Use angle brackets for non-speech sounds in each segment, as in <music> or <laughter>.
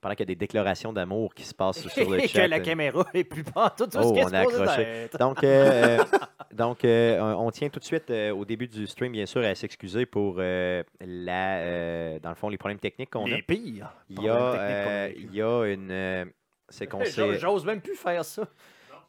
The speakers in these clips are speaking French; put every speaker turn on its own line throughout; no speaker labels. pendant qu'il y a des déclarations d'amour qui se passent sur le
<laughs> Et
chat. euh.
que la caméra est plus partout tout
Oh,
ce qui est
on a
supposé
accroché.
d'être.
Donc,
<laughs>
euh, euh, donc euh, on on tient tout de suite euh, au début du stream, bien sûr, à s'excuser pour euh, la, euh, dans le fond, les problèmes techniques qu'on a.
Les pires.
Il y a, euh, il y a une, euh, c'est
<laughs>
qu'on s'est-
J'ose même plus faire ça.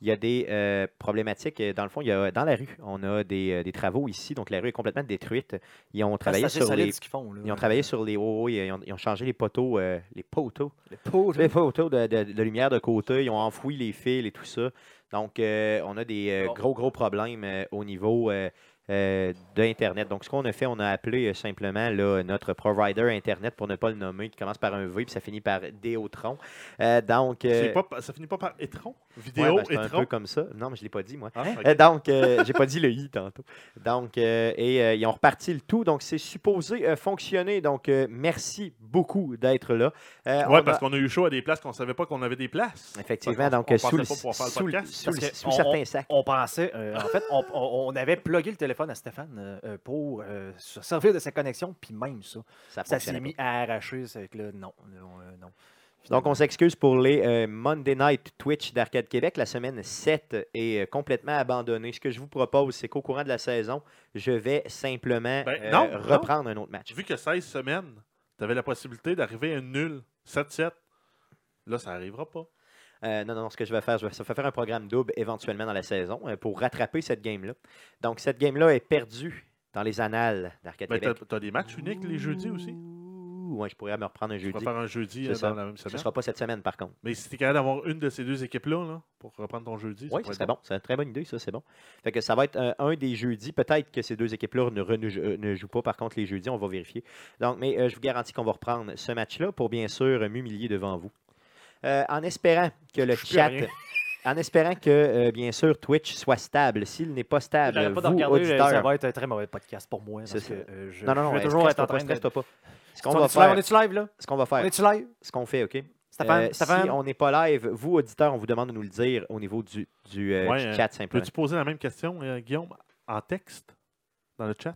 il y a des euh, problématiques. euh, Dans le fond, il y a dans la rue, on a des, euh, des travaux ici, donc la rue est complètement détruite. Ils ont
C'est
travaillé
assez
sur
solide
les,
ce qu'ils font. Là.
ils ont travaillé sur les, oh, oui, ils, ont, ils ont changé les poteaux, euh, les poteaux.
Le pot,
<laughs>
là.
Les photos de, de- de lumière de côté, ils ont enfoui les fils et tout ça. Donc, euh, on a des euh,
Bon.
gros, gros problèmes euh, au niveau euh, euh, d'Internet. Donc, ce qu'on a fait, on a appelé euh, simplement là, notre provider Internet, pour ne pas le nommer, qui commence par un V puis ça finit par Déotron. Euh, donc,
C'est
euh,
pas pa- ça finit pas par étron?
ouais,
Vidéo,
ben, c'est un
étron?
peu comme ça. Non, mais je ne l'ai pas dit, moi.
Ah, ok.
Euh, Donc, euh, <laughs> j'ai pas dit le i tantôt. Donc, euh, et euh, ils ont reparti le tout. Donc, c'est supposé euh, fonctionner. Donc, euh, merci beaucoup d'être là. Euh, on
Ouais,
a-
parce qu'on a eu chaud à des places qu'on savait pas qu'on avait des places.
Effectivement,
Parce qu'on-
donc
on
euh, sous,
pensait
le,
pas pouvoir faire le
sous le-
podcast.
sous
Parce
le-
que
sous
on-
certains sacs.
On pensait, euh, en fait, on, on- on avait plugué le téléphone à Stéphane euh, euh, pour euh, se servir de sa connexion, puis même ça.
Ça
Ça
fonctionnait
s'est mis à arracher, c'est que là, non. là, on- euh, non.
pas. Donc, on s'excuse pour les euh, Monday Night Twitch d'Arcade Québec. La semaine 7 est euh, complètement abandonnée. Ce que je vous propose, c'est qu'au courant de la saison, je vais simplement
Ben,
euh,
non, non.
reprendre un autre match.
J'ai vu que 16 semaines, tu avais la possibilité d'arriver à une nulle, 7-7. Là, ça arrivera pas.
Euh, non, non, non, ce que je vais faire, je vais, ça va faire un programme double éventuellement dans la saison euh, pour rattraper cette game-là. Donc, cette game-là est perdue dans les annales d'Arcade
Mais Ben, t'as
Québec.
t'as des matchs uniques les jeudis aussi.
Ouh, ouais, je pourrais me reprendre un
Tu vas
jeudi.
faire un jeudi
C'est
euh,
ça.
dans la même
Ce
semaine.
ne sera pas cette semaine, par contre.
Mais si t'es capable d'avoir une de ces deux équipes-là, là, pour reprendre ton jeudi,
Oui,
pourrait
ça
être
serait bon. C'est une très bonne idée, ça, c'est bon. Fait que ça va être euh, un des jeudis. Peut-être que ces deux équipes-là ne, re- ne jou- euh, ne jouent pas. Par contre, les jeudis, on va vérifier. Donc, mais euh, je vous garantis qu'on va reprendre ce match-là pour bien sûr euh, m'humilier devant vous. Euh, en espérant que le
Je touche plus à
chat.
rien.
<laughs> En espérant que, euh, bien sûr, Twitch soit stable. S'il n'est pas stable,
J'arrête pas de
vous,
regarder, euh, ça
auditeurs-
va être un très mauvais podcast pour moi.
C'est
Parce
ça.
que, euh, je,
Non, non, non,
je vais
euh,
toujours être
stresse-toi pas,
en train de.
stresse-toi pas. Ce qu'on
On
va
est-tu live,
faire,
on est-tu live, là?
ce qu'on va
On
faire,
est-tu live?
ce qu'on fait, OK?
Stéphane,
Euh, si
Stéphane?
on n'est pas live, vous, auditeurs, on vous demande de nous le dire au niveau du, du, euh,
Ouais,
du
euh,
chat, simplement.
Peux-tu poser la même question, euh, Guillaume, en texte, dans le chat?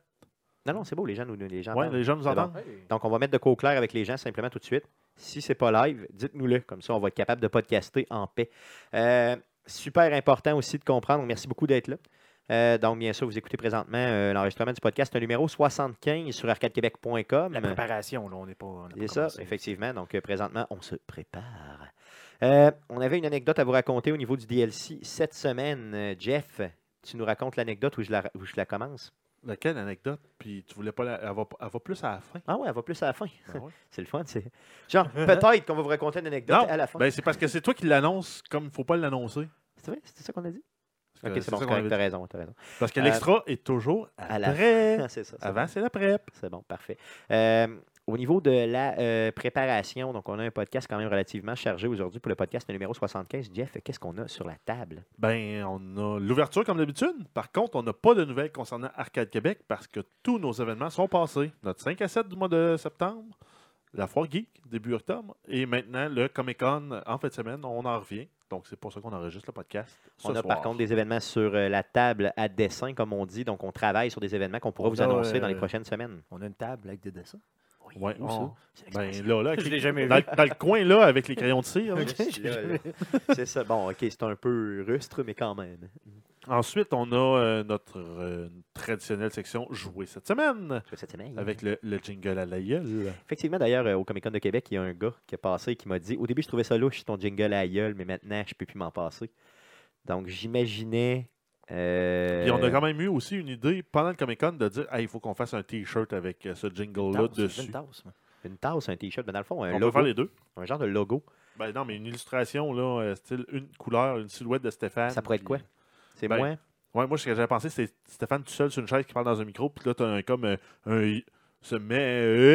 Non, Ah, non, c'est beau, les gens nous, nous- les gens
Ouais,
parlent.
les gens nous
C'est bon.
entendent?
Hey.
Donc, on va mettre de quoi au clair avec les gens simplement tout de suite. Si c'est pas live, dites-nous-le. Comme ça, on va être capable de podcaster en paix. Euh, super important aussi de comprendre. Merci beaucoup d'être là. Euh, donc, bien sûr, vous écoutez présentement euh, l'enregistrement du podcast numéro 75 sur arcadequebec.com.
La préparation, là, on n'est pas. on n'a pas
C'est ça,
commencé.
effectivement. Donc, euh, présentement, on se prépare. Euh, on avait une anecdote à vous raconter au niveau du DLC cette semaine. Euh, Jeff, tu nous racontes l'anecdote où, je la- où je la commence?
Laquelle anecdote? Puis tu voulais pas la... Elle va, elle va plus à la fin.
Ah ouais, elle va plus à <laughs> la fin.
Ben ouais.
C'est le fun. c'est <laughs>
<laughs>
Genre, peut-être qu'on va vous raconter une anecdote
Non,
à la fin.
Ben, c'est parce que c'est toi qui l'annonce comme il faut pas l'annoncer.
C'est vrai? C'était ça qu'on a dit?
Parce que
Ok, c'est bon,
Euh, ça
c'est
qu'on avait
correct, t'as
dit.
raison, t'as raison.
Parce que
Euh,
l'extra est toujours
à la
après.
Ah, c'est ça. c'est
<laughs> Avant,
bon.
c'est la prep.
C'est bon, parfait. Euh, au niveau de la euh, préparation, donc on a un podcast quand même relativement chargé aujourd'hui pour le podcast numéro 75. Jeff, qu'est-ce qu'on a sur la table?
Ben, on a l'ouverture comme d'habitude. Par contre, on n'a pas de nouvelles concernant Arcade Québec parce que tous nos événements sont passés. Notre 5 à 7 du mois de septembre, la Foire Geek, début octobre, et maintenant le Comic Con en fin de semaine, on en revient. Donc, c'est pour ça qu'on enregistre le podcast. ce
on a
soir.
par contre des événements sur euh, la table à dessin, comme on dit. Donc on travaille sur des événements qu'on pourra vous
Ah
a,
annoncer dans les
euh,
prochaines semaines.
On a une table avec des dessins.
Ouais,
Où
on-
C'est
ben,
l'expansion. <laughs>
là, là,
Je l'ai jamais
dans,
vu.
le- dans le coin là, avec les crayons de cire. là.
Juste là, là. C'est ça. Bon, OK, c'est un peu rustre, mais quand même.
Ensuite, on a euh, notre euh, traditionnelle section Jouer cette semaine
Je fais cette semaine.
avec le, le jingle à la gueule.
Effectivement, d'ailleurs, euh, au Comic Con de Québec, il y a un gars qui est passé et qui m'a dit Au début, je trouvais ça louche, ton jingle à la gueule, mais maintenant, je peux plus m'en passer. Donc, j'imaginais. euh,
Puis on a quand même eu aussi une idée pendant le Comic Con de dire Hey, il faut qu'on fasse un t-shirt avec euh, ce jingle-là
Tasse, c'est
dessus.
une tasse, moi. <laughs>
Une tasse, un t-shirt, mais dans le fond, un,
On peut
logo,
faire les deux.
un genre de logo.
Ben non, mais une illustration, là, euh, style une couleur, une silhouette de Stéphane.
Ça pourrait être quoi
puis-
C'est
Ben,
moins.
Ouais, moi, ce que j'avais pensé, c'est Stéphane tout seul sur une chaise qui parle dans un micro, puis là, t'as un comme euh, un. se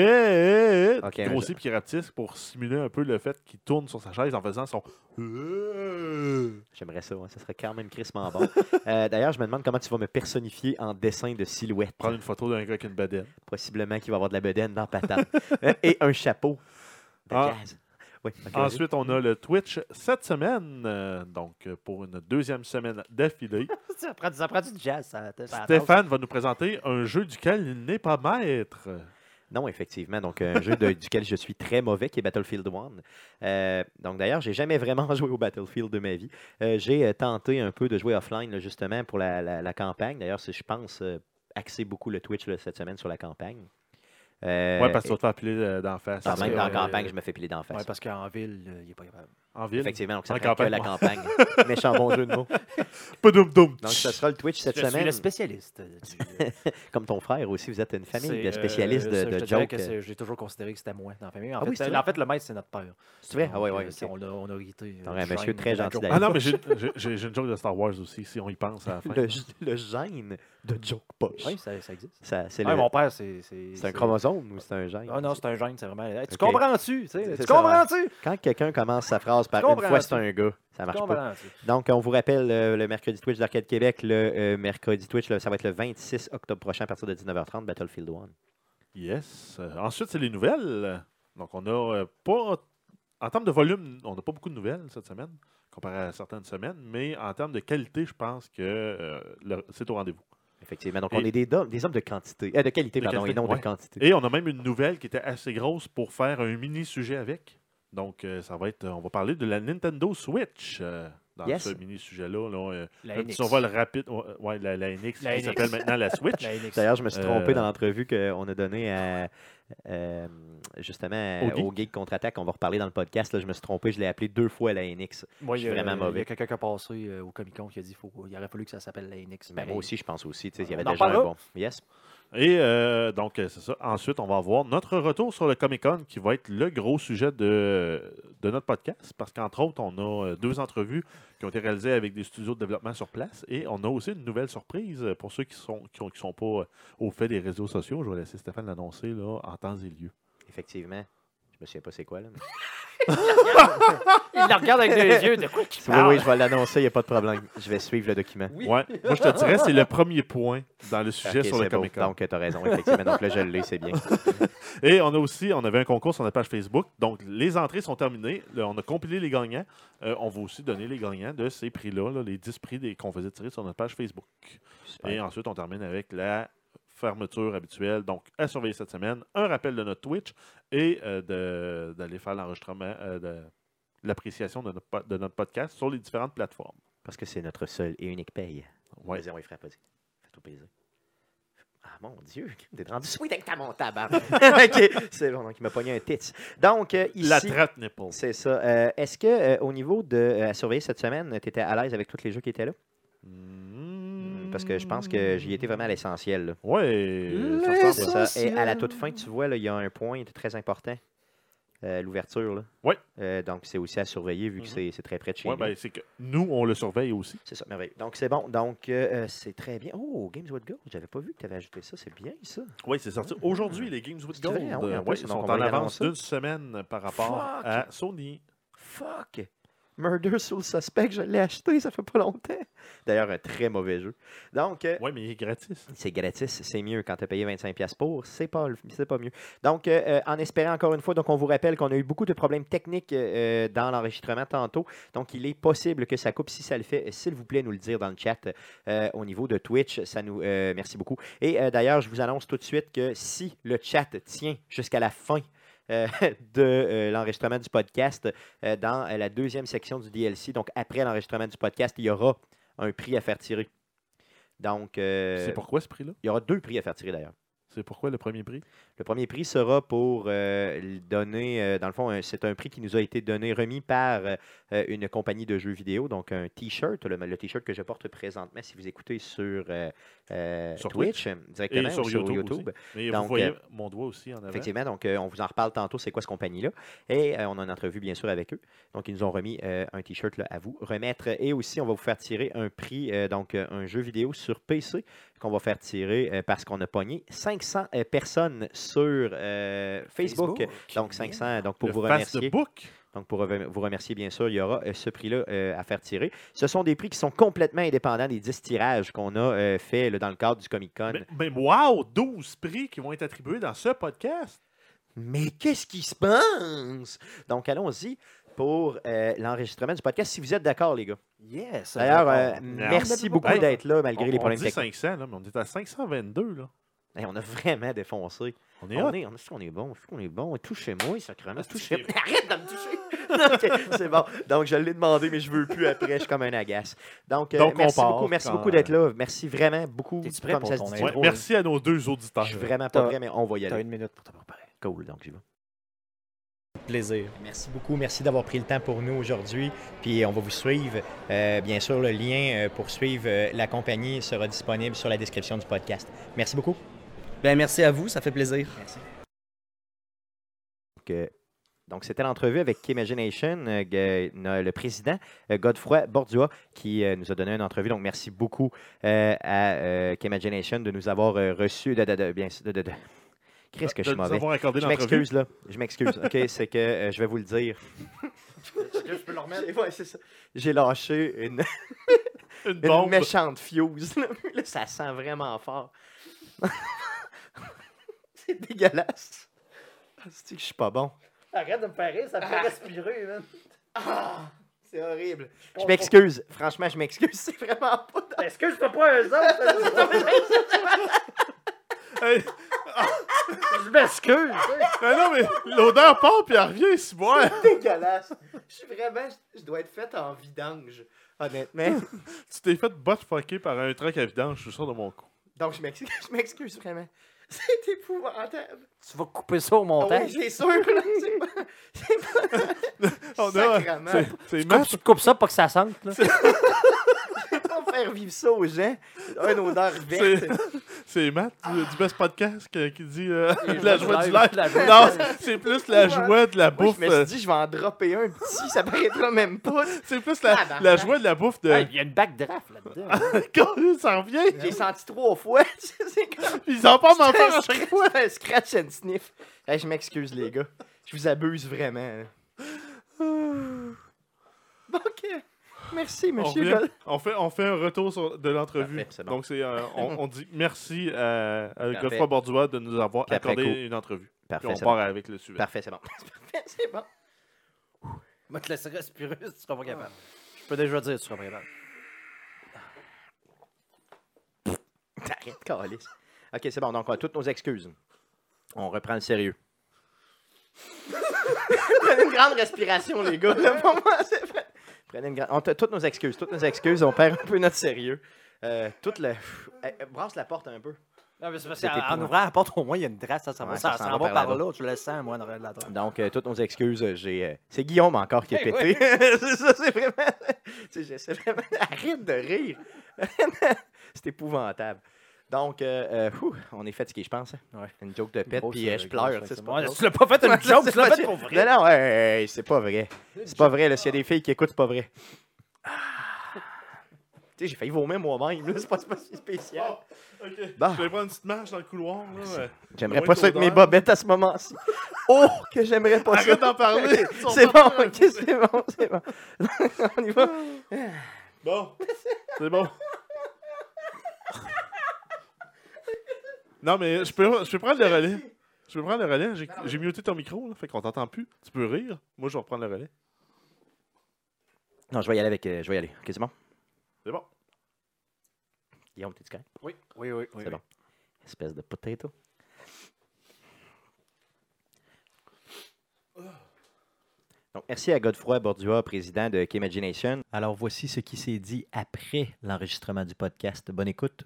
met.
Ok,
qui
mais
grossit puis qui rapetisse pour simuler un peu le fait qu'il tourne sur sa chaise en faisant son. euh, Moi,
J'aimerais ça, ouais, ça serait quand même crissement bon. Euh, D'ailleurs, je me demande comment tu vas me personnifier en dessin de silhouette.
Prendre une photo d'un gars avec une bedaine.
Possiblement qu'il va avoir de la bedaine dans patate. Euh, <laughs> Et un chapeau de
Ah.
jazz. Oui, ok, vas-y.
Ensuite, on a le Twitch cette semaine, euh, donc euh, pour une deuxième semaine
<laughs>
d'affilée.
Ça prend, ça prend du jazz. Ça, ça
Stéphane va nous présenter un jeu duquel il n'est pas maître.
Euh, Non, effectivement. Donc, un jeu de- <laughs> duquel je suis très mauvais, qui est Battlefield 1. Euh, donc, d'ailleurs, j'ai jamais vraiment <laughs> joué au Battlefield de ma vie. Euh, j'ai euh, tenté un peu de jouer offline, là, justement, pour la, la- la campagne. D'ailleurs, c'est, je pense euh, axer beaucoup le Twitch là, cette semaine sur la campagne. Euh,
ouais, parce que tu
et-
vas te faire piler euh, d'en face.
ah, même dans la
euh,
campagne, je me fais piler d'en face.
Ouais, parce qu'en ville, euh, il n'est pas capable.
En ville.
Effectivement, donc ça
En
prend que
campagne,
la
moi.
campagne.
<laughs>
Méchant bon jeu de mots.
Padoum-doum.
Donc, ce sera le Twitch cette
je suis
semaine.
le spécialiste. euh,
<laughs>
du-
Comme ton frère aussi, vous êtes une famille
C'est,
de
euh,
spécialistes
ça,
de,
je
de
te dirais
jokes. euh.
que c'est- J'ai toujours considéré que c'était moi dans la famille. En,
Ah
fait,
oui, c'est
euh,
vrai?
en fait, le maître, c'est notre père.
C'est vrai? Ah ouais,
Donc,
ouais,
euh,
ok.
c'est- On l'a on a hérité.
T'aurais
euh,
un
du
monsieur
gène
très
de la
gentil
joke.
d'ailleurs.
Ah non, mais j'ai j'ai- j'ai une joke de Star Wars aussi, si on y pense à
<laughs>
la fin.
<laughs> Le, le gène de joke poche.
Oui, ça, ça existe.
Ça, c'est
Ouais,
le-
Mon père, c'est. C'est
C'est un
c'est-
chromosome ou c'est un gène?
Ah non, c'est un gène, c'est vraiment. Hey, tu
Ok.
comprends-tu? Tu
C'est
sais, Tu
ça,
comprends-tu?
Quand quelqu'un commence sa phrase par
Tu
une
comprends,
fois, c'est un gars, ça
Tu
marche pas.
comprends-tu?
Donc, on vous rappelle euh, le mercredi Twitch d'Arcade Québec, le euh, mercredi Twitch, là, ça va être le 26 octobre prochain à partir de 19h30, Battlefield 1.
Yes. Euh, ensuite, c'est les nouvelles. Donc, on a euh, pas. En termes de volume, on n'a pas beaucoup de nouvelles cette semaine, comparé à certaines semaines, mais en termes de qualité, je pense que euh, le- c'est au rendez-vous.
Effectivement. Donc,
Et-
on est des, dom- des hommes de quantité, euh, de qualité,
De
pardon,
qualité,
et non
ouais.
de quantité.
Et on a même une nouvelle qui était assez grosse pour faire un mini sujet avec. Donc, euh, ça va être. On va parler de la Nintendo Switch. euh, dans
Yes.
ce mini sujet-là, là, euh,
La
un
NX.
petit survol rapide, ouais, ouais, la, la NX,
La
qui
NX.
s'appelle maintenant la Switch.
La NX.
D'ailleurs, je me suis trompé
Euh,
dans l'entrevue qu'on a donnée à, euh, justement
Au
à-
Geek.
au Geek Contre-Attaque. On va reparler dans le podcast. là, je me suis trompé, je l'ai appelé deux fois la NX.
Moi,
je
il
suis
y a-
vraiment
Il y
mauvais.
a quelqu'un qui a passé euh, au Comic Con qui a dit faut, il aurait fallu que ça s'appelle la
Mais
NX.
Ben, moi
pareil.
aussi, je pense aussi. tu sais, Il y avait
On en
déjà un
parlera.
bon. Yes.
Et euh, donc, euh, c'est ça. Ensuite, on va avoir notre retour sur le Comic-Con qui va être le gros sujet de, de notre podcast parce qu'entre autres, on a euh, deux entrevues qui ont été réalisées avec des studios de développement sur place et on a aussi une nouvelle surprise euh, pour ceux qui sont qui, ont- qui sont pas euh, au fait des réseaux sociaux. Je vais laisser Stéphane l'annoncer là, en temps et lieu.
Effectivement. Je me souviens pas c'est quoi. Là, mais-
Il la regarde avec des yeux de quoi qu'il
Oui,
parle.
Ah!
oui, je vais l'annoncer, il n'y a pas de problème. Je vais suivre le document.
Oui.
Ouais. Moi, je te dirais, c'est le premier point dans le sujet
Ok,
sur le
c'est beau.
Comic-Con.
Donc, tu as raison, effectivement. Donc là, je l'ai, c'est bien.
Et on a aussi, on avait un concours sur notre page Facebook. Donc, les entrées sont terminées. Là, on a compilé les gagnants. Euh, on va aussi donner les gagnants de ces prix-là, là, les 10 prix des- qu'on faisait tirer sur notre page Facebook.
Super.
<laughs> Et ensuite, on termine avec la fermeture habituelle. Donc, à surveiller cette semaine, un rappel de notre Twitch et euh, de- d'aller faire l'enregistrement euh, de l'appréciation de, notre po- de notre podcast sur les différentes plateformes.
Parce que c'est notre seule et unique paye.
Ouais.
Vas-y, on y frappe, vas-y. Fais-toi plaisir. Ah mon Dieu, t'es rendu sweet avec ta montagne.
<laughs>
ok, c'est bon, donc il m'a pogné un tits. Donc, euh, ici.
La trappe n'est pas.
c'est ça. Euh, Est-ce que euh, au niveau de euh, à surveiller cette semaine, tu étais à l'aise avec tous les jeux qui étaient là?
Hmm.
Hmm, Parce que je pense que j'y étais vraiment à l'essentiel. là.
Ouais. ça
Les
ressemble à
C'est
ça.
ça. Et
Essentiel.
à la toute fin, tu vois, là, il y a un point très important. Euh, L'ouverture. là.
Oui.
Euh, donc, c'est aussi à surveiller vu que
Mhm.
c'est- c'est très près de chez
Ouais,
nous.
ben, c'est que nous, on le surveille aussi.
C'est ça, merveilleux. Donc, c'est bon. Donc, euh, euh, c'est très bien. Oh, Games What Go. J'avais pas vu que tu avais ajouté ça. C'est bien, ça.
Oui, c'est sorti aujourd'hui, les Games with
Mm. C'est vrai,
Gold.
ah oui, en
Euh,
plus,
ouais, ils
donc
sont
on va
en
les
avance
annoncer.
d'une semaine par rapport
Fuck.
à Sony.
Fuck. Murder Soul Suspect, je l'ai acheté, ça fait pas longtemps. D'ailleurs, un très mauvais jeu. Donc, euh,
Oui, mais il est gratis.
c'est gratis, c'est mieux quand tu as payé 25$ pour, c'est pas, le- c'est pas mieux. Donc, euh, euh, en espérant encore une fois, donc on vous rappelle qu'on a eu beaucoup de problèmes techniques euh, dans l'enregistrement tantôt. Donc, il est possible que ça coupe. Si ça le fait, euh, s'il vous plaît, nous le dire dans le chat euh, au niveau de Twitch. Ça nous, euh, merci beaucoup. Et euh, d'ailleurs, je vous annonce tout de suite que si le chat tient jusqu'à la fin euh, <laughs> de euh, l'enregistrement du podcast, euh, dans euh, la deuxième section du DLC, donc après l'enregistrement du podcast, il y aura un prix à faire tirer. Donc, euh,
C'est pourquoi ce prix-là
il y aura deux prix à faire tirer d'ailleurs.
C'est pourquoi le premier prix?
Le premier prix sera pour euh, le donner, euh, dans le fond, un- c'est un prix qui nous a été donné, remis par euh, euh, une compagnie de jeux vidéo, donc un T-shirt, le, le T-shirt que je porte présentement, si vous écoutez sur, euh, euh,
Sur
Twitch, directement,
Et
ou sur YouTube.
aussi. Mais
Donc,
vous voyez
euh,
mon doigt aussi en avant.
Effectivement, donc euh, on vous en reparle tantôt, c'est quoi cette compagnie-là. Et euh, on a une entrevue, bien sûr, avec eux. Donc, ils nous ont remis euh, un T-shirt là, à vous remettre. Et aussi, on va vous faire tirer un prix, euh, donc euh, un jeu vidéo sur PC qu'on va faire tirer euh, parce qu'on a pogné 500 euh, personnes sur euh, Facebook. Donc, 500, donc pour
Le
vous remercier.
Facebook,
Donc, pour re- vous remercier, bien sûr, il y aura euh, ce prix-là euh, à faire tirer. Ce sont des prix qui sont complètement indépendants des 10 tirages qu'on a euh, fait là, dans le cadre du Comic-Con.
mais, mais wow, 12 prix qui vont être attribués dans ce podcast.
Mais qu'est-ce qui se passe? Donc, allons-y pour euh, l'enregistrement du podcast, si vous êtes d'accord, les gars.
Yes.
D'ailleurs,
je
euh,
réponds.
merci
Non.
beaucoup
Hey,
d'être là, malgré
On,
les
on
problèmes
dit
techniques.
500, là, mais on est à 522. Là.
Hey, on a vraiment défoncé.
On est
On
hot.
est, on, est, on est bon, est-ce qu'on est bon. Touchez-moi, sacrément.
Est-ce que
Touchez <laughs>
c'est-
Arrête de me toucher. Non, ok, c'est bon. Donc, je l'ai demandé, mais je veux plus après. Je suis comme un agace. Donc, euh,
Donc, on
merci
part
beaucoup. Merci
quand,
beaucoup d'être là. Merci vraiment beaucoup.
T'es-tu prêt
Comme
pour
ça
ton
se dit.
Ouais,
intro,
merci à nos deux auditeurs.
Je suis vraiment pas
T'as-
vrai, mais on va y
T'as
aller.
une minute pour te préparer.
Cool, donc j'y vais.
plaisir.
Merci beaucoup. Merci d'avoir pris le temps pour nous aujourd'hui. Puis on va vous suivre. Euh, bien sûr, le lien euh, pour suivre euh, la compagnie sera disponible sur la description du podcast. Merci beaucoup.
Ben merci à vous, ça fait plaisir.
Donc, euh, donc, c'était l'entrevue avec Imagination, euh, gue- no- le président euh, Godefroy Bordua, qui euh, nous a donné une entrevue. Donc, merci beaucoup euh, à euh, Imagination de nous avoir euh, reçus. De, de- de- bien sûr, de- de- de- Qu'est-ce que je
de
suis
nous
mauvais?
avoir accordé
Je
l'entrevue.
m'excuse, là. Je m'excuse. OK, c'est que euh, je vais vous le dire.
Je peux le
J'ai- ouais, c'est ça. J'ai lâché une,
Une
une
bombe.
méchante fuse. Là. <laughs> Là, ça sent vraiment fort. <laughs> c'est dégueulasse. cest que je suis pas bon?
Arrête de me parer, ça me fait respirer, man.
C'est horrible. Je m'excuse. Franchement, je m'excuse. C'est vraiment pas...
Est-ce que je peux Ben, pas eux autres?
Hey,
Je m'excuse.
mais Ben non, mais l'odeur part puis elle revient, c'est moi.
dégueulasse. Je suis vraiment. Je dois être faite en vidange, honnêtement.
<laughs> Tu t'es fait bot fucker par un truc à vidange, je suis sûr de mon coup.
Donc, je m'excuse, je m'excuse vraiment. C'est épouvantable.
Tu vas couper ça au
Ah oui,
montage.
c'est sûr. là, C'est pas. C'est pas. Sacrement.
c'est- C'est
Comme
Matt,
tu coupes ça pour que ça sente. Là.
Pas faire vivre ça aux gens. Une odeur verte.
c'est Matt du, du Best Podcast qui, qui dit euh,
Les
<laughs> la
joies
joie
du
du live.
live.
Non, c'est plus la joie de la
Moi,
bouffe.
je me
euh,
suis dit, je vais en dropper un petit, ça paraîtra même pas.
C'est plus la,
Ah, ben,
la joie de la bouffe
Il
de.
y a une backdraft là-dedans.
<laughs> Quand ça revient,
J'ai senti trois fois. <laughs> C'est comme.
ils en parlent en faire à chaque
scratch, un scratch and sniff. Hey, je m'excuse, les gars. Je vous abuse vraiment. hein. Bon, <sighs> OK. Merci,
on,
monsieur.
revient.
Gol-
on, fait, on fait un retour sur- de l'entrevue.
Parfait, c'est bon.
Donc,
<laughs>
c'est, euh, on, on dit merci à, à
Parfait.
Godefroy Borduas de nous avoir
Puis après
accordé
coup.
une entrevue. Puis
Parfait,
on
c'est
part
bon.
avec le sujet.
Parfait, c'est bon. <laughs> Parfait, c'est bon.
Je vais te laisser respirer si tu seras pas capable. Je peux déjà dire si tu seras pas capable.
T'arrêtes, calice. OK, c'est bon. Donc, on a toutes nos excuses. On reprend le sérieux. Prenez <laughs> une grande respiration, les gars. là, pour moi, c'est vrai. Prenez une grande... On t'a- toutes nos excuses, toutes nos excuses. On perd un peu notre sérieux. Euh, toute la... Hey, brasse la porte un peu.
Non, Ah, mais c'est parce
C'était
qu'en en
pour-
ouvrant la porte, au moins, il y a une trace. Ça s'en
Ouais,
va, ça,
ça s'en
s'en
va
va
par
par là. Je le sens, moi, en arrière de la trappe.
Donc, euh, toutes nos excuses, euh, j'ai. euh, c'est Guillaume encore qui a
Eh
pété. <laughs> c'est ça, c'est vraiment. c'est- je- c'est vraiment. <laughs> Arrête de rire. <laughs> c'est épouvantable. Donc, euh, euh, whew, on est fatigué, je pense. hein.
Ouais.
Une joke de pète,
Grosse,
puis euh,
euh,
je
grosse
pleure. tu sais, C'est pas
Ouais,
drôle.
Tu l'as pas fait une
<laughs>
joke,
C'est
tu l'as
pas-
fait pour vrai.
Non, non, hey, hey, hey, c'est pas vrai. C'est pas vrai. là, S'il y a des filles qui écoutent, c'est pas vrai. Ah. Tu sais, j'ai failli vomir moi-même. là, C'est pas, c'est pas si spécial.
Oh.
Ok.
Bon.
Je vais prendre une petite marche dans le couloir. là.
J'aimerais
loin
pas
de
ça avec mes
l'odeur.
bobettes à ce moment-ci. Oh, que j'aimerais pas ça.
Arrête
<laughs>
d'en parler.
Ah C'est bon, ok, c'est bon, c'est bon. <laughs> On y va.
Bon. C'est bon. Non, mais je peux, je peux prendre le relais. Je peux prendre le relais. J'ai- J'ai muté ton micro, là, fait qu'on t'entend plus. Tu peux rire. Moi, je vais reprendre le relais.
Non, je vais y aller avec. euh, je vais y aller. Ok, c'est bon.
C'est bon.
Guillaume, t'es-tu correct?
Oui, oui, oui.
C'est bon. Espèce de potato. Donc, merci à Godefroy Bordua, président de K-Imagination. Alors, voici ce qui s'est dit après l'enregistrement du podcast. Bonne écoute.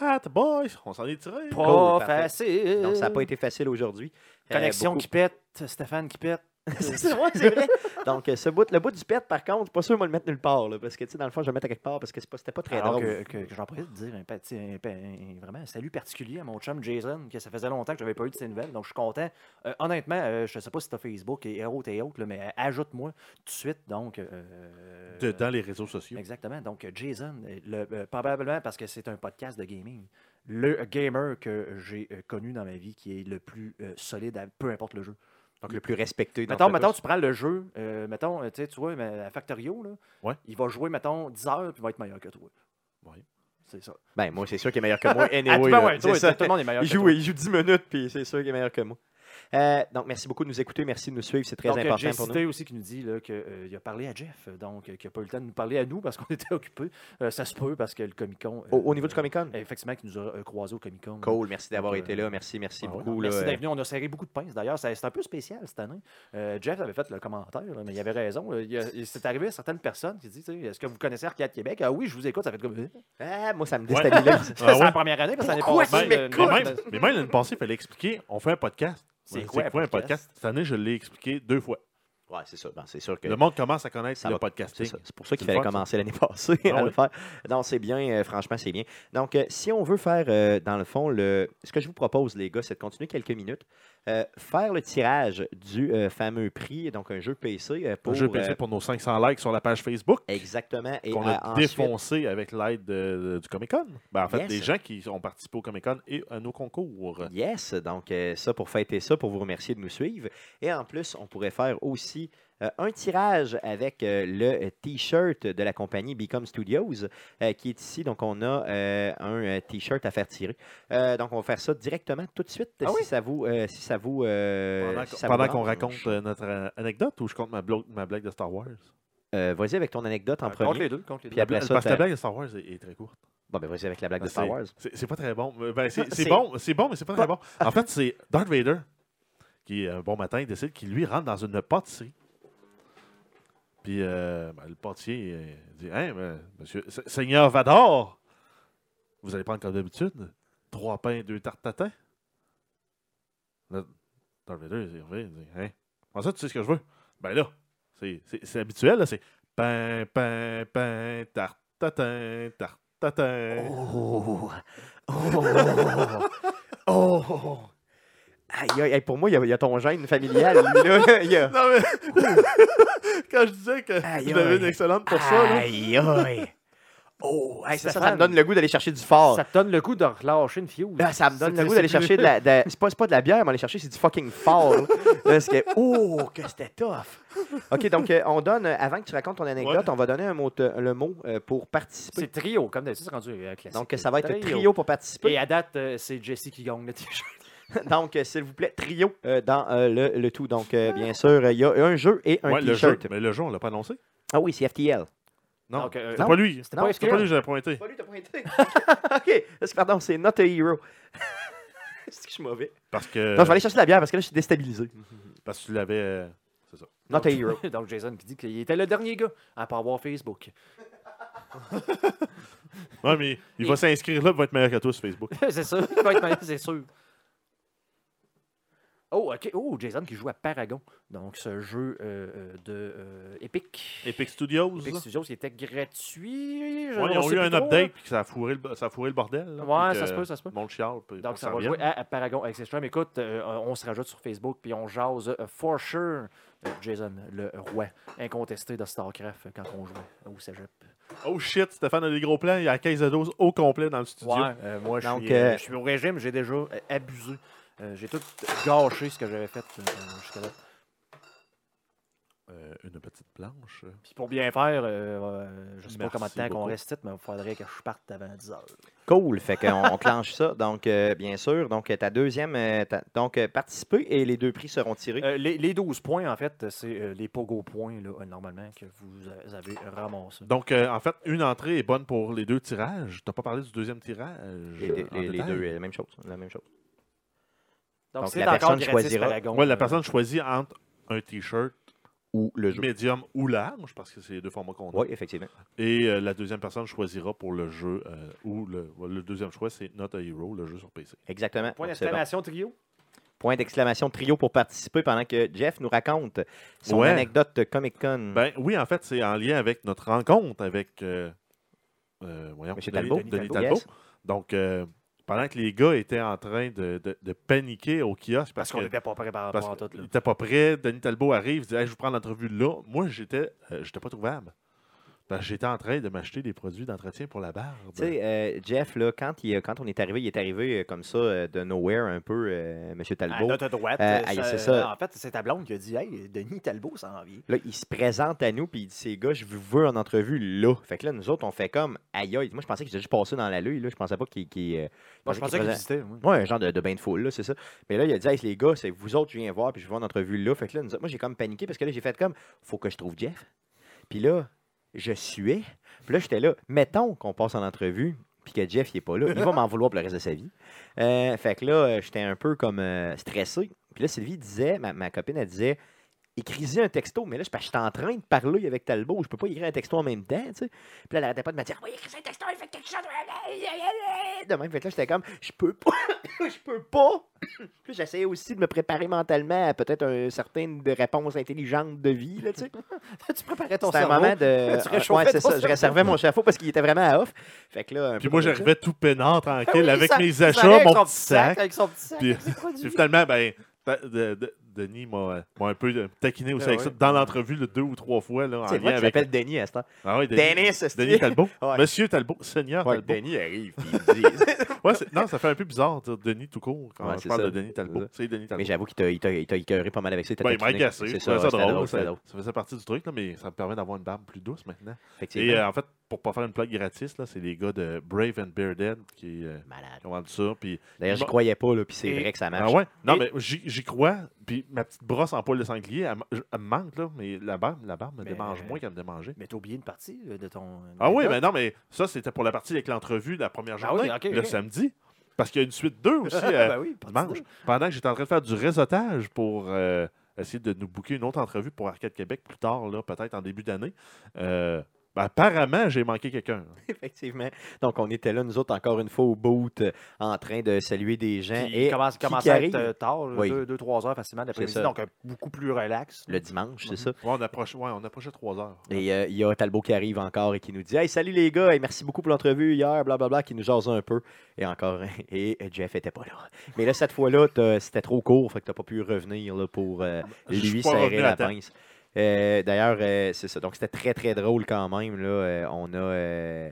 Ah, t'es boys, on s'en est tiré.
Pas
Cool, parfait.
facile.
Donc, ça n'a pas été facile aujourd'hui. Euh,
Connexion
beaucoup-
qui pète, Stéphane
<laughs>
qui pète.
c'est ça, ouais, c'est vrai. Donc, euh, ce bout, le bout du pet, par contre, pas sûr de le mettre nulle part. là, parce que, tu sais, dans le fond, je vais le mettre à quelque part parce que c'est pas- c'était pas, très
Alors
drôle.
que, que, que j'en profite de dire un, petit, un, pa- un- vraiment un salut particulier à mon chum Jason, que ça faisait longtemps que j'avais pas eu de ses nouvelles, donc je suis content. Euh, honnêtement, euh, je sais pas si t'as Facebook et Hero et autres, là, mais euh, ajoute-moi tout de suite, donc... euh,
De- dans les réseaux sociaux.
Exactement. Donc, euh, Jason, euh, le- euh, probablement parce que c'est un podcast de gaming, le euh, gamer que j'ai euh, connu dans ma vie qui est le plus euh, solide, à, peu importe le jeu.
Donc, le plus respecté.
Mettons,
d'entre
mettons,
tous.
tu prends le jeu, euh, mettons, euh, tu sais, tu vois, mais à Factorio, là,
Ouais.
il va jouer, mettons, 10 heures, puis il va être meilleur que toi.
Ouais.
C'est ça.
Ben, moi, c'est sûr qu'il est meilleur que
<laughs>
moi. Anyway,
Ah, tu- ben
là,
ouais,
c'est
toi,
ça.
tout le monde est meilleur
Il
que
joue,
toi.
il joue 10 minutes, puis c'est sûr qu'il est meilleur que moi. Euh, donc, merci beaucoup de nous écouter. Merci de nous suivre. C'est très
Donc, euh,
important
J'ai
pour nous.
cité aussi qui nous dit qu'il a parlé à Jeff, euh, donc euh, qu'il n'a pas eu le temps de nous parler à nous parce qu'on <laughs> était occupés. Euh, ça se peut parce que le Comic-Con...
Au,
euh,
au niveau du Comic-Con,
euh, Effectivement, qui nous a croisé au Comic-Con.
cool. Merci d'avoir
euh,
été là. Merci, merci
Ah ouais,
beaucoup.
non, merci
là,
d'être venu. On a serré beaucoup de pinces. D'ailleurs, ça- c'est un peu spécial cette année. Euh, Jeff avait fait le commentaire, là, mais il avait raison. là. Il y a- il- C'est arrivé à certaines personnes qui disent tu sais, Est-ce que vous connaissez Arcade Québec Ah oui, je vous écoute. Ça fait comme.
euh, ah, moi, ça me
Ouais.
déstabilise.
<laughs>
Ah ouais?
C'est la première année parce que l'année
Pourquoi
passée.
tu
euh,
m'écoutes?
non,
Mais même, mais même l'année passée, il fallait expliquer on fait un podcast.
C'est
Ouais,
quoi un podcast?
Cette année, je l'ai expliqué deux fois.
ouais, c'est ça. Ben, c'est sûr que.
Le monde commence à connaître
Ça
le
va- C'est
podcasting.
ça. C'est pour ça qu'il
C'est le
fallait
fun, ça.
commencer l'année <laughs> passée
Ah
à le
ouais.
faire. Non, c'est bien, euh, franchement, c'est bien. Donc, euh, si on veut faire, euh, dans le fond, le... ce que je vous propose, les gars, c'est de continuer quelques minutes, euh, faire le tirage du euh, fameux prix, donc un jeu PC euh, pour.
Pour, jeu PC
euh,
pour nos 500 likes sur la page Facebook.
Exactement. Et
qu'on
euh,
a
ensuite-
défoncé avec l'aide de- de- du Comic Con. Ben, en fait,
Yes.
des gens qui ont participé au Comic Con et à nos concours.
Yes, donc euh, ça pour fêter ça, pour vous remercier de nous suivre. Et en plus, on pourrait faire aussi euh, un tirage avec euh, le euh, T-shirt de la compagnie Become Studios euh, qui est ici. Donc on a euh, un euh, T-shirt à faire tirer. Euh, donc on va faire ça directement tout de suite
Ah
si,
oui?
ça vous, euh, si ça vous. euh,
Pendant
si
qu'on-
ça vous
pendant qu'on
branche.
raconte euh, notre euh, anecdote ou je compte ma, blo- ma blague de Star Wars.
Euh, vas-y avec ton anecdote en
euh, Contre
premier.
les deux. Contre
Puis
les deux.
La
après
bla-
ça,
parce que la
t'as-
blague de Star Wars est, est très courte.
Bon, ben vas-y avec la blague de
Ah, C'est-
Star Wars.
C'est c'est pas très bon.
<laughs>
Ben, c'est
C'est-
c'est bon, c'est bon, mais c'est pas très bon. En fait, c'est Darth Vader qui, un bon matin, décide qu'il lui rentre dans une pâtisserie. Puis euh, ben, le pâtissier euh, dit Hein, ben, monsieur, Se- Seigneur Vador, vous allez prendre comme d'habitude trois pains, deux tartes tatin. Là, Darth Vader, il est revenu, il dit Hein, comment ça, tu sais ce que je veux Ben là, c'est- c'est c'est habituel, là, c'est pain, pain, pain, tarte tatin, tarte tatin.
Oh! Oh! oh! Aïe, aïe, aïe, pour moi, il y, a- il y a ton gène familial. lui, là. Il y a-
Non, mais. Quand je disais que
Aïe,
je l'avais
aïe.
une excellente pour ça, là.
Aïe, aïe. Oh, <laughs> hey, ça, ça, ça me
Stéphane.
donne le goût d'aller chercher du Ben, fort.
Ça te donne le goût de relâcher une fuse.
Là, ça me donne
C'est-
le goût
c'est
d'aller
plus-
chercher de la. de- C'est pas, c'est pas de la bière, mais aller chercher, c'est du fucking fort. là. Parce que, oh, que c'était tough. OK, donc, euh, on donne, euh, avant que tu racontes ton anecdote, on va donner un mot, te- le mot euh, pour participer.
C'est trio, comme d'habitude, c'est rendu euh, classique.
Donc, euh, ça va être trio, pour participer.
Et à date, euh, c'est Jesse qui gagne le t-shirt.
<laughs> Donc, euh, s'il vous plaît, trio euh, dans euh, le, le tout. Donc, euh, bien sûr, euh, il y a un jeu et un
Ouais, le jeu.
t-shirt.
Mais le jeu, on l'a pas annoncé.
Ah oui, c'est FTL.
Non,
Donc, euh,
c'était
non,
pas lui.
C'était
Non,
pas
C'était pas
FTL.
lui que j'avais pointé.
Pas lui, t'as pointé. <laughs> OK, parce que, pardon, c'est Not a Hero. <laughs> Est-ce que je suis mauvais?
Parce que.
Non, je vais aller chercher de la bière parce que là, je suis déstabilisé.
Parce que tu l'avais. euh, C'est ça.
Not a Hero.
<laughs> Donc, Jason qui dit qu'il était le dernier gars à pas avoir Facebook.
Ouais, mais il va s'inscrire là, il va être meilleur que toi
<laughs>
sur Facebook.
c'est sûr. Il va être meilleur, c'est sûr. Oh, OK. Oh, Jason qui joue à Paragon. Donc, ce jeu euh, euh, de euh, Epic.
Epic Studios.
Epic Studios qui était gratuit. je-
Ouais, ils
on
ont
sait
eu un
plus trop, hein.
update, puis que ça a fourré le, bo- ça a fourré le bordel. là,
Ouais,
puis
ça
que
se peut, ça se peut.
Tout le monde chiale. puis
là.
on
Donc, ça
s'en
va
vient.
jouer à, à Paragon avec ses streams. Écoute, euh, euh, on se rajoute sur Facebook puis on jase euh, for sure. euh, Jason, le roi incontesté de StarCraft euh, quand on jouait au cégep.
Oh shit, Stéphane a des gros plans. Il y a 15 de doses au complet dans le studio.
Ouais, euh, moi, je
Donc,
suis, euh,
euh,
je suis au régime, j'ai déjà euh, abusé. Euh, j'ai tout gâché ce que j'avais fait euh, euh, jusqu'à là.
Euh, une petite planche.
Puis pour bien faire, euh, euh, je sais pas
Merci
combien de temps qu'on
beaucoup.
reste, mais il faudrait que je parte avant 10 heures.
Cool, fait qu'on on clenche ça. Donc, euh, bien sûr, donc euh, ta deuxième. euh, ta- donc, euh, participer et les deux prix seront tirés.
Euh, les, les 12 points, en fait, c'est euh, les pogo points, là, euh, normalement, que vous a- avez ramassés.
Donc, euh, en fait, une entrée est bonne pour les deux tirages. T'as pas parlé du deuxième tirage.
les,
euh,
les-
en
les
détail.
deux, euh, la même chose. La même chose.
Donc,
Donc,
c'est
la
encore
personne
gratis
choisira-
Paragon.
Ouais, la
Euh,
personne choisit entre un t-shirt
ou le jeu.
Médium ou large, parce que c'est les deux formats qu'on a.
Oui, effectivement.
Et euh, la deuxième personne choisira pour le jeu, euh, ou le, le deuxième choix, c'est Not a Hero, le jeu sur PC.
Exactement.
Point
Donc, c'est bon.
d'exclamation trio.
Point d'exclamation trio pour participer pendant que Jeff nous raconte son
Ouais.
anecdote de Comic Con.
Ben oui, en fait, c'est en lien avec notre rencontre avec euh, euh, voyons,
Monsieur
Denis-
Talbot.
Denis
Talbot.
Talbot. Donc, euh, pendant que les gars étaient en train de, de- de paniquer au
Parce
kiosque parce,
qu'on
que
n'était pas préparé
parce
par tout.
qu'il
là.
était pas prêt, Denis Talbot arrive, dit Hey, Je vous prends l'entrevue de là. Moi, j'étais euh, j'étais pas trouvable. Parce que J'étais en train de m'acheter des produits d'entretien pour la barbe.
Tu sais, euh, Jeff, là, quand, il, quand on est arrivé, il est arrivé euh, comme ça, euh, de nowhere un peu, euh, Monsieur
À
Talbot.
notre droite.
Euh,
euh,
ah,
ça-
c'est ça.
En fait, c'est ta blonde qui a dit Hey, Denis Talbot s'en vient.
Là, il se présente à nous, puis il dit Ces gars, je vous veux en entrevue là. Fait que là, nous autres, on fait comme Aïe, aïe. Moi, je pensais que j'étais juste passé dans la l'œil. là. Je pensais pas qu'il. qu'il, euh,
Moi, je pensais
qu'il
qu'il
faisait-
existait. moi.
Ouais, un genre de, de bain de foule, là, c'est ça. Mais là, il a dit, hey, les gars, c'est vous autres, je viens voir, puis je vais en entrevue là. Fait que là, nous autres- moi, j'ai comme paniqué parce que là, j'ai fait comme, faut que je trouve Jeff. Puis là, je suais. Puis là, j'étais là, mettons qu'on passe en entrevue, puis que Jeff, il est pas là. Il va m'en vouloir pour le reste de sa vie. Euh, fait que là, euh, j'étais un peu comme euh, stressé. Puis là, Sylvie disait, ma, ma copine, elle disait, écris un texto, mais là, c'est parce que j'étais en train de parler avec Talbot, je peux pas écrire un texto en même temps, tu sais. Puis là, elle arrêtait pas de me dire, oui, écris un texto, il fait quelque chose. De même, fait que là, j'étais comme, je peux pas, je peux pas. <clears throat> Puis j'essayais aussi de me préparer mentalement à peut-être un certaine de réponse intelligente de vie, là, tu sais.
tu préparais ton
C'était un
cerveau.
moment <laughs> de.
Tu réchauffais
Ouais, c'est
ton
ça, je
cerveau.
réservais mon chapeau parce qu'il était vraiment à off. Fait que là, un
Puis
peu
moi,
comme ça.
j'arrivais tout peinard,
Ah
tranquille,
oui,
avec
ça-
mes
ça
achats,
allait
mon
avec son
petit sac.
Avec son petit sac.
Puis-
avec ses
hein?
produits.
Puis finalement, ben, ta- de- de- Denis m'a m'a un peu euh, taquiné aussi
Ben
avec
ouais.
ça dans l'entrevue le deux ou trois fois là, en
C'est
lien
vrai qu'il
avec.
s'appelle Denis à ce temps.
Ah ouais,
Denis, c'est
Denis Talbot.
<laughs> Ouais.
Monsieur Talbot. Seigneur
Ouais,
Talbot.
Denis arrive, puis il dit.
Ouais, c'est- non, ça fait un peu bizarre de dire Denis tout court quand
Ouais,
je
c'est
parle
ça.
de Denis Talbot. C'est Denis Talbot.
Mais j'avoue qu'il t'a- il t'a il t'a écœuré pas mal avec ça. il t'a
Ben, il m'a
taquiné.
agacé.
C'est
je trouvais
ça,
ça
c'était drôle.
drôle.
c'était
Ça
drôle.
ça faisait partie du truc, là, mais ça me permet d'avoir une barbe plus douce maintenant.
Effectivement.
Et euh, en fait, pour pas faire une plug gratis, là, c'est les gars de Brave and Bear Dead qui euh,
Malade.
qui ont vendu ça. Puis
D'ailleurs, j'y
Bon.
croyais pas, là, puis c'est
Et-
vrai que ça
Ah
marche.
ouais? Non,
Et-
mais j'y j'y crois. Puis ma petite brosse en poil de sanglier, elle, m- elle me manque, là, mais la barbe, la barbe me
Mais-
démange moins qu'elle me démangeait.
Mais t'as oublié une partie euh, de ton.
Ah oui, mais
mais.
non, mais ça, c'était pour la partie avec l'entrevue de la première
Ah oui,
journée,
ok,
le
ok.
samedi. Parce qu'il y a une suite
<laughs>
2 aussi
Ah,
euh,
bah
oui, partie
dimanche. Pendant que j'étais en train de faire du réseautage pour euh, essayer de nous booker une autre entrevue pour Arcade Québec plus tard, là, peut-être en début d'année, euh, ben, apparemment, j'ai manqué quelqu'un.
<laughs>
hein.
Effectivement. Donc, on était là, nous autres, encore une fois, au boot, euh, en train de saluer des gens. Hein,
Qui
Et
commence,
qui
commence
qui
à
arrive?
être euh, tard,
Oui.
2-3 heures facilement
C'est
d'après-midi,
ça.
donc euh, beaucoup plus relax.
le dimanche, c'est ça.
Ouais, on approche, ouais, on approchait 3 heures.
Et euh, il y a Talbot qui arrive encore et qui nous dit Hey, salut les gars, et merci beaucoup pour l'entrevue hier, blablabla, qui nous jase un peu. Et encore, <laughs> et Jeff était pas là. Mais là,
<laughs>
cette fois-là, t'as- c'était trop court, fait que t'as pas pu revenir là, pour euh,
Ah, Je suis
lui
pas
serrer
revenu à
la
temps.
pince. Euh, D'ailleurs, euh, c'est ça. Donc, c'était très, très drôle quand même. Là. Euh, on, a, euh,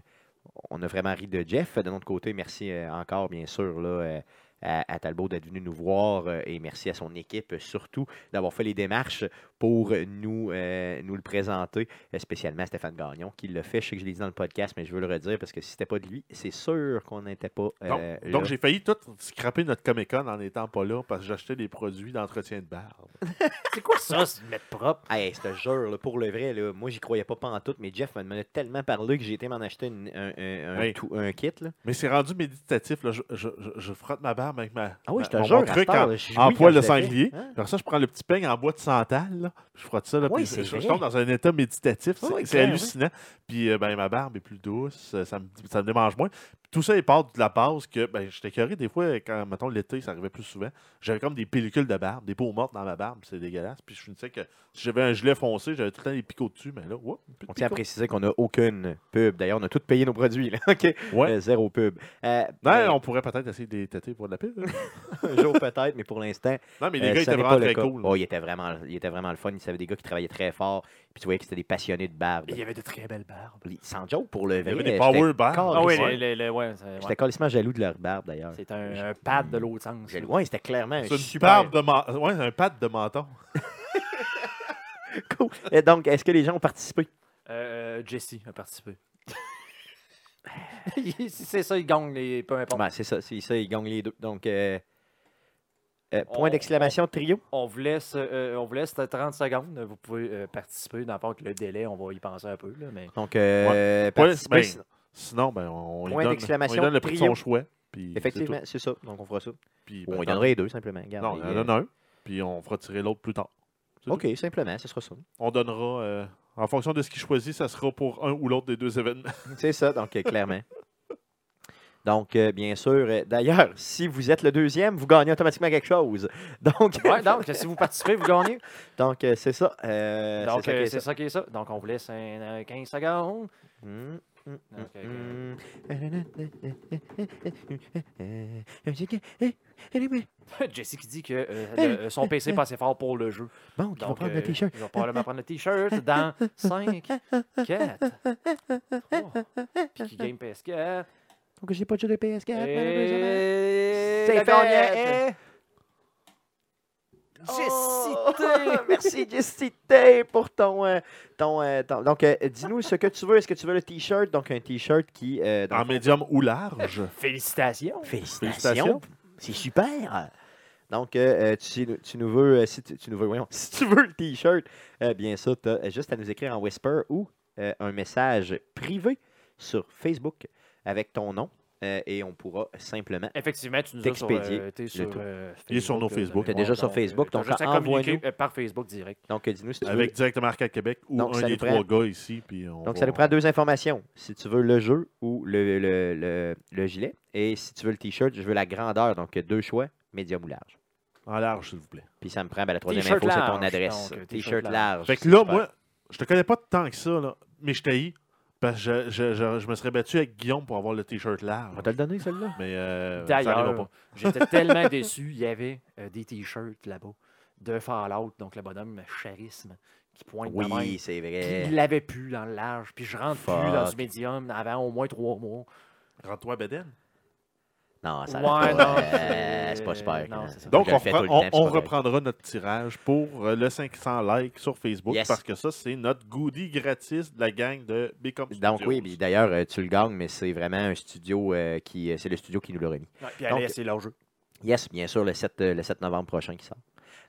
on a vraiment ri de Jeff. De notre côté, merci euh, encore, bien sûr, là, euh, à, à Talbot d'être venu nous voir euh, et merci à son équipe, euh, surtout, d'avoir fait les démarches pour nous, euh, nous le présenter, euh, spécialement Stéphane Gagnon, qui l'a fait. Je sais que je l'ai dit dans le podcast, mais je veux le redire parce que si c'était pas de lui, c'est sûr qu'on n'était pas
Donc,
euh, là.
donc j'ai failli tout scraper notre Comic Con en n'étant pas là parce que j'achetais des produits d'entretien de barbe.
C'est quoi ça, se mettre propre?
Hey, je te jure, là, pour le vrai, là, moi, j'y croyais pas en tout, mais Jeff m'en a tellement parlé que j'ai été m'en acheter une- un, un- un
Hey.
tout- un kit. Là.
Mais c'est rendu méditatif. Là. Je, je- je- je frotte ma barbe avec ma,
Ah oui, je te
ma- mon
jure, à
truc
cette heure,
en,
là, je
en
jouis quand
poil
je le
de
fais.
sanglier.
Hein?
Comme ça, je prends le petit peigne en bois de santal. là. Je frotte ça. Là,
Oui,
puis
c'est
je, je
vrai.
tombe dans un état méditatif.
Oui,
C'est-
oui,
c'est
clair,
hallucinant. Puis euh, ben, ma barbe est plus douce. euh, Ça me, ça me démange moins. Puis Tout ça, il part de la base que ben, j'étais curé des fois, quand, mettons, l'été, ça arrivait plus souvent. J'avais comme des pellicules de barbe, des peaux mortes dans ma barbe. C'est dégueulasse. Puis je me disais que si j'avais un gilet foncé, j'avais tout le temps des picots dessus. Mais là, whoop, plus de
On tient à
picots.
préciser qu'on n'a aucune pub. D'ailleurs, on a tout payé nos produits. Là. <laughs> OK.
Ouais.
Euh, zéro pub. Euh,
Non,
mais-
on pourrait peut-être essayer de les têter pour de la pub.
<laughs> un jour peut-être, mais pour l'instant,
Non, mais les
euh,
gars
ce
étaient
n'est pas
vraiment
le
très
cas.
cool.
Oh, il, était vraiment, il était vraiment le fun. Il savait des gars qui travaillaient très fort. Puis tu voyais que c'était des passionnés de barbe.
Il y avait de très belles barbes.
Sans joke, pour le
Il y
vrai. euh,
avait des
j'étais
power bars.
calissement-
Ah oui,
j'étais
les-
ouais,
calissement jaloux de leur barbe, d'ailleurs.
c'est un, un pad de l'autre sens.
Jaloux. Ouais, c'était clairement un
C'est une
super...
barbe de menton. Ouais, un pad de menton.
Cool. Et donc, est-ce que les gens ont participé?
Euh, Jesse a <laughs> participé. Il- si c'est ça, il gagne les. Peu importe.
Ben, c'est ça, c'est ça, ils gagnent les deux. Donc, euh, euh, point
On-
d'exclamation trio.
On, vous laisse, euh, on vous laisse 30 secondes. Vous pouvez euh, participer. Dans le fond, avec le délai, on va y penser un peu. Là,
<laughs>
mais...
Donc, euh,
Point-
participer,
ben,
sinon-
Sinon, ben, on, lui
Point
donne, on lui
d'exclamation,
donne le prix de son
trio.
choix. Puis
effectivement, c'est ça. Donc, on fera ça.
c'est tout. Puis,
Ou
ben,
on lui
tant-
donnerait les deux, simplement. Regarde,
Non,
il,
on en
euh,
donne un. Puis on fera tirer l'autre plus tard. C'est
OK, simplement, ce sera ça.
On donnera, euh, en fonction de ce qu'il choisit, ça sera pour un ou l'autre des deux événements.
C'est ça, donc euh, clairement. Donc, euh, bien sûr, euh, d'ailleurs, si vous êtes le deuxième, vous gagnez automatiquement quelque chose. Donc,
Ouais, donc, si vous participez, vous gagnez.
donc, euh, c'est ça. euh, c'est
Donc,
ça qui
euh,
est
c'est
ça.
ça qui est ça. Donc, on vous laisse un, euh, 15 secondes. euh,
Mm, mm,
Ok, ok.
mm, mm.
<laughs> Jesse qui dit que euh, le- euh, son PC est pas assez fort pour le jeu.
Bon, qui va
Donc,
prendre
euh,
le t-shirt.
Ils vont probablement prendre le t-shirt
<laughs>
dans 5, 4, 3, puis qui game PS4.
Donc, j'ai pas de jeu de PS4, malheureusement.
Et...
C'est
le gagnant
fait.
est-
Oh!
Jesse T.
<laughs> Merci, Jessité, pour ton, euh, ton, euh, ton- Donc, euh, dis-nous ce que tu veux. Est-ce que tu veux le t-shirt? Donc, un t-shirt qui... euh, dans le
En médium
<laughs>
ou large.
Ah, Félicitations!
Félicitations.
Félicitations.
C'est super. Donc, euh, euh, tu, tu nous veux, euh, si tu, tu nous veux, voyons, <laughs> si tu veux le t-shirt, euh, bien sûr, tu as juste à nous écrire en Whisper ou euh, un message privé sur Facebook avec ton nom euh, et on pourra simplement.
Effectivement, tu nous as sur, euh,
T'expédier
t'es sur,
tout.
euh, Facebook.
Il est sur nos
là, de
Facebook.
mémoire,
T'es déjà sur
euh,
Facebook,
t'as
donc
juste à communiquer
envoie-nous.
euh, par Facebook direct.
Donc, euh, dis-nous si tu veux.
Avec directement Arcade Québec ou
Donc, ça
un
nous
des
prend-
trois gars ici. Puis on
Donc,
va-
ça nous prend deux informations. Si tu veux le jeu ou le, le- le- le gilet, et si tu veux le t-shirt, je veux la grandeur. Donc, deux choix, médium ou large.
En large, s'il vous plaît.
Puis ça me prend ben, la troisième
T-shirt
info, c'est ton
large,
adresse.
donc, euh,
t-shirt
t-shirt large.
large.
Fait que
c'est
là,
super.
moi, je te connais pas tant que ça, là, mais je t'haïs. Parce que je, je- je- je me serais battu avec Guillaume pour avoir le t-shirt large.
On va te le donner, celui-là.
Mais euh, ça arrivera
D'ailleurs,
pas.
<laughs> j'étais
<laughs>
tellement déçu, il y avait euh, des t-shirts là-bas de Fallout, donc le bonhomme charisme qui pointe de même.
Oui, c'est
Puis
vrai.
il l'avait plus dans le large, puis je rentre plus dans
Fuck.
ce médium avant au moins trois mois.
Rends-toi à Beden.
Non, ça va
Ouais, non,
pas. euh,
c'est-
c'est pas super.
non,
hein.
c'est ça.
Donc,
Je
on,
le fais
reprend-
tout le
on-
temps, c'est
on
pas vrai.
reprendra notre tirage pour euh, le 500 likes sur Facebook
Yes.
parce que ça, c'est notre goodie gratis de la gang de Become
Donc
Studios.
oui, puis d'ailleurs, euh, tu le gagnes, mais c'est vraiment un studio euh, qui. euh, C'est le studio qui nous l'a remis.
Ouais, puis
Donc,
allez, c'est leur jeu.
Yes, bien sûr, le 7, euh, le 7 novembre prochain qui sort.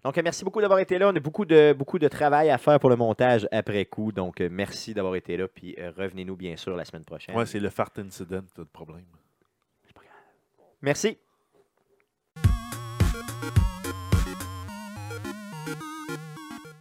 Donc, euh, merci beaucoup d'avoir été là. On a beaucoup de, beaucoup de travail à faire pour le montage après coup. Donc, euh, merci d'avoir été là. Puis, euh, revenez-nous, bien sûr, la semaine prochaine.
Ouais, c'est le fart incident, le problème.
Merci.